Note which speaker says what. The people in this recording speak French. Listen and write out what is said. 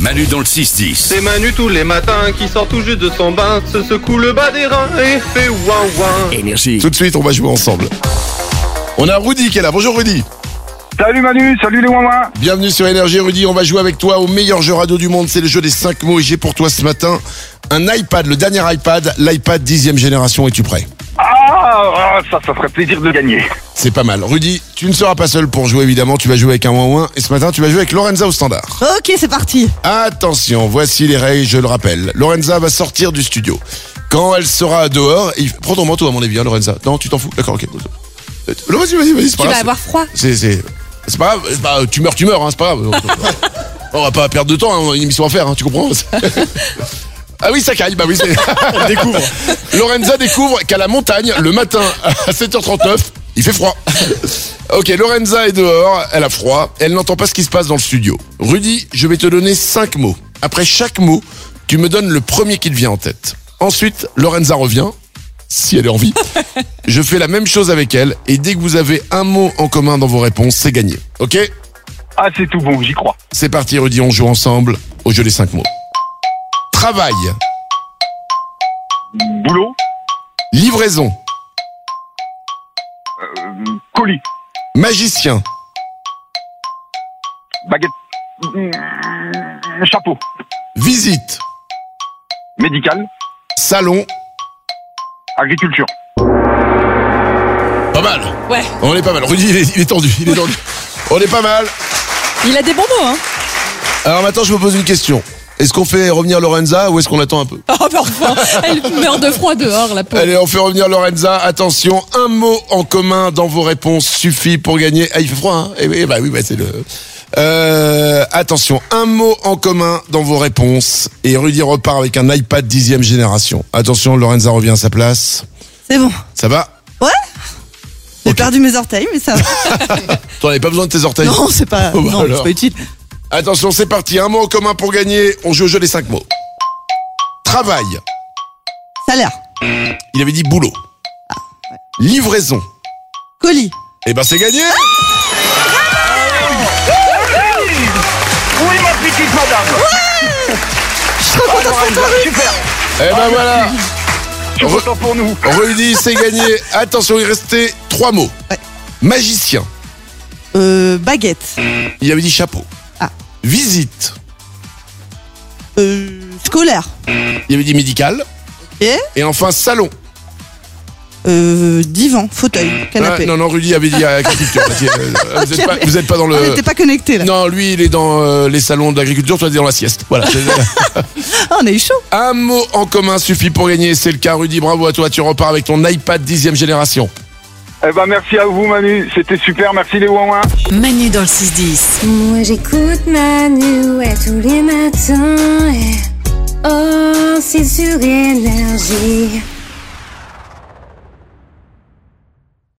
Speaker 1: Manu dans le 6-10.
Speaker 2: C'est Manu tous les matins qui sort tout juste de son bain, se secoue le bas des reins et fait ouin ouin.
Speaker 1: Énergie.
Speaker 3: Tout de suite, on va jouer ensemble. On a Rudy qui est là. Bonjour Rudy.
Speaker 4: Salut Manu, salut les Wawa.
Speaker 3: Bienvenue sur Énergie Rudy. On va jouer avec toi au meilleur jeu radio du monde. C'est le jeu des 5 mots. Et j'ai pour toi ce matin un iPad, le dernier iPad, l'iPad 10 génération. Es-tu prêt
Speaker 4: Ah, ah, ça, ça ferait plaisir de gagner.
Speaker 3: C'est pas mal. Rudy, tu ne seras pas seul pour jouer évidemment. Tu vas jouer avec un moins 1 Et ce matin, tu vas jouer avec Lorenza au standard.
Speaker 5: Ok, c'est parti.
Speaker 3: Attention, voici les règles, je le rappelle. Lorenza va sortir du studio. Quand elle sera dehors, il... prends ton manteau à mon avis, hein, Lorenza. Non, tu t'en fous D'accord, ok. Euh, Vas-y, vas-y, vas-y, c'est pas grave,
Speaker 5: Tu vas
Speaker 3: c'est-
Speaker 5: avoir froid.
Speaker 3: C'est, c'est, c'est pas grave, c'est pas- tu meurs, tu meurs, hein, c'est pas grave. on va pas perdre de temps, hein, on a une émission à faire, hein, tu comprends Ah oui, ça caille, bah oui, c'est... on découvre. Lorenza découvre qu'à la montagne, le matin à 7h39, il fait froid. Ok, Lorenza est dehors, elle a froid, elle n'entend pas ce qui se passe dans le studio. Rudy, je vais te donner 5 mots. Après chaque mot, tu me donnes le premier qui te vient en tête. Ensuite, Lorenza revient, si elle est en vie. Je fais la même chose avec elle et dès que vous avez un mot en commun dans vos réponses, c'est gagné. Ok
Speaker 4: Ah, c'est tout bon, j'y crois.
Speaker 3: C'est parti, Rudy, on joue ensemble au jeu des 5 mots. Travail,
Speaker 4: Boulot,
Speaker 3: livraison,
Speaker 4: euh, colis,
Speaker 3: magicien,
Speaker 4: baguette, mm, chapeau,
Speaker 3: visite,
Speaker 4: médical,
Speaker 3: salon.
Speaker 4: agriculture.
Speaker 3: Pas mal.
Speaker 5: Ouais.
Speaker 3: On est pas mal. Rudy, il est, il est tendu, il est tendu. On est pas mal.
Speaker 5: Il a des bons mots, hein.
Speaker 3: Alors maintenant, je me pose une question. Est-ce qu'on fait revenir Lorenza ou est-ce qu'on l'attend un peu
Speaker 5: Oh, mais enfin, elle meurt de froid dehors, la pauvre.
Speaker 3: Allez, on fait revenir Lorenza. Attention, un mot en commun dans vos réponses suffit pour gagner. Ah, il fait froid, hein Eh oui, bah oui, bah c'est le. Euh, attention, un mot en commun dans vos réponses. Et Rudy repart avec un iPad dixième génération. Attention, Lorenza revient à sa place.
Speaker 6: C'est bon.
Speaker 3: Ça va
Speaker 6: Ouais J'ai
Speaker 3: Ok.
Speaker 6: perdu mes orteils, mais ça va.
Speaker 3: T'en avais pas besoin de tes orteils
Speaker 6: Non, c'est pas,
Speaker 3: Oh, bah
Speaker 6: non,
Speaker 3: alors.
Speaker 6: c'est pas utile.
Speaker 3: Attention, c'est parti. Un mot en commun pour gagner. On joue au jeu des cinq mots. Travail.
Speaker 6: Salaire,
Speaker 3: Il avait dit boulot. Livraison.
Speaker 6: colis,
Speaker 3: Eh ben, c'est gagné
Speaker 4: Oui, ma petite madame. Super,
Speaker 3: Eh ben voilà
Speaker 4: je suis
Speaker 3: Re-
Speaker 4: content pour nous.
Speaker 3: Rudy, c'est gagné. Attention, il restait trois mots.
Speaker 6: Ouais.
Speaker 3: Magicien.
Speaker 6: euh, baguette,
Speaker 3: Il avait dit chapeau.
Speaker 6: Ah.
Speaker 3: Visite.
Speaker 6: euh, scolaire,
Speaker 3: Il avait dit médical.
Speaker 6: et
Speaker 3: Et enfin, salon.
Speaker 6: euh, divan, fauteuil,
Speaker 3: Ah,
Speaker 6: canapé.
Speaker 3: non, non, Rudy avait dit agriculture. Parce que, euh, vous,
Speaker 6: Ok,
Speaker 3: êtes pas,
Speaker 6: mais-
Speaker 3: vous êtes pas dans
Speaker 6: Ah, on
Speaker 3: le...
Speaker 6: n'était pas connectés là.
Speaker 3: Non, lui, il est dans euh, les salons de l'agriculture, toi, t'es dans la sieste. Voilà.
Speaker 6: Ah, on a eu chaud.
Speaker 3: Un mot en commun suffit pour gagner. C'est le cas, Rudy. Bravo à toi. Tu repars avec ton iPad 10 génération.
Speaker 4: Eh ben, merci à vous, Manu. C'était super, merci les Wawa.
Speaker 7: Manu dans le 6-10.
Speaker 8: Moi j'écoute Manu ouais, tous les matins. ouais. Oh, c'est sur énergie.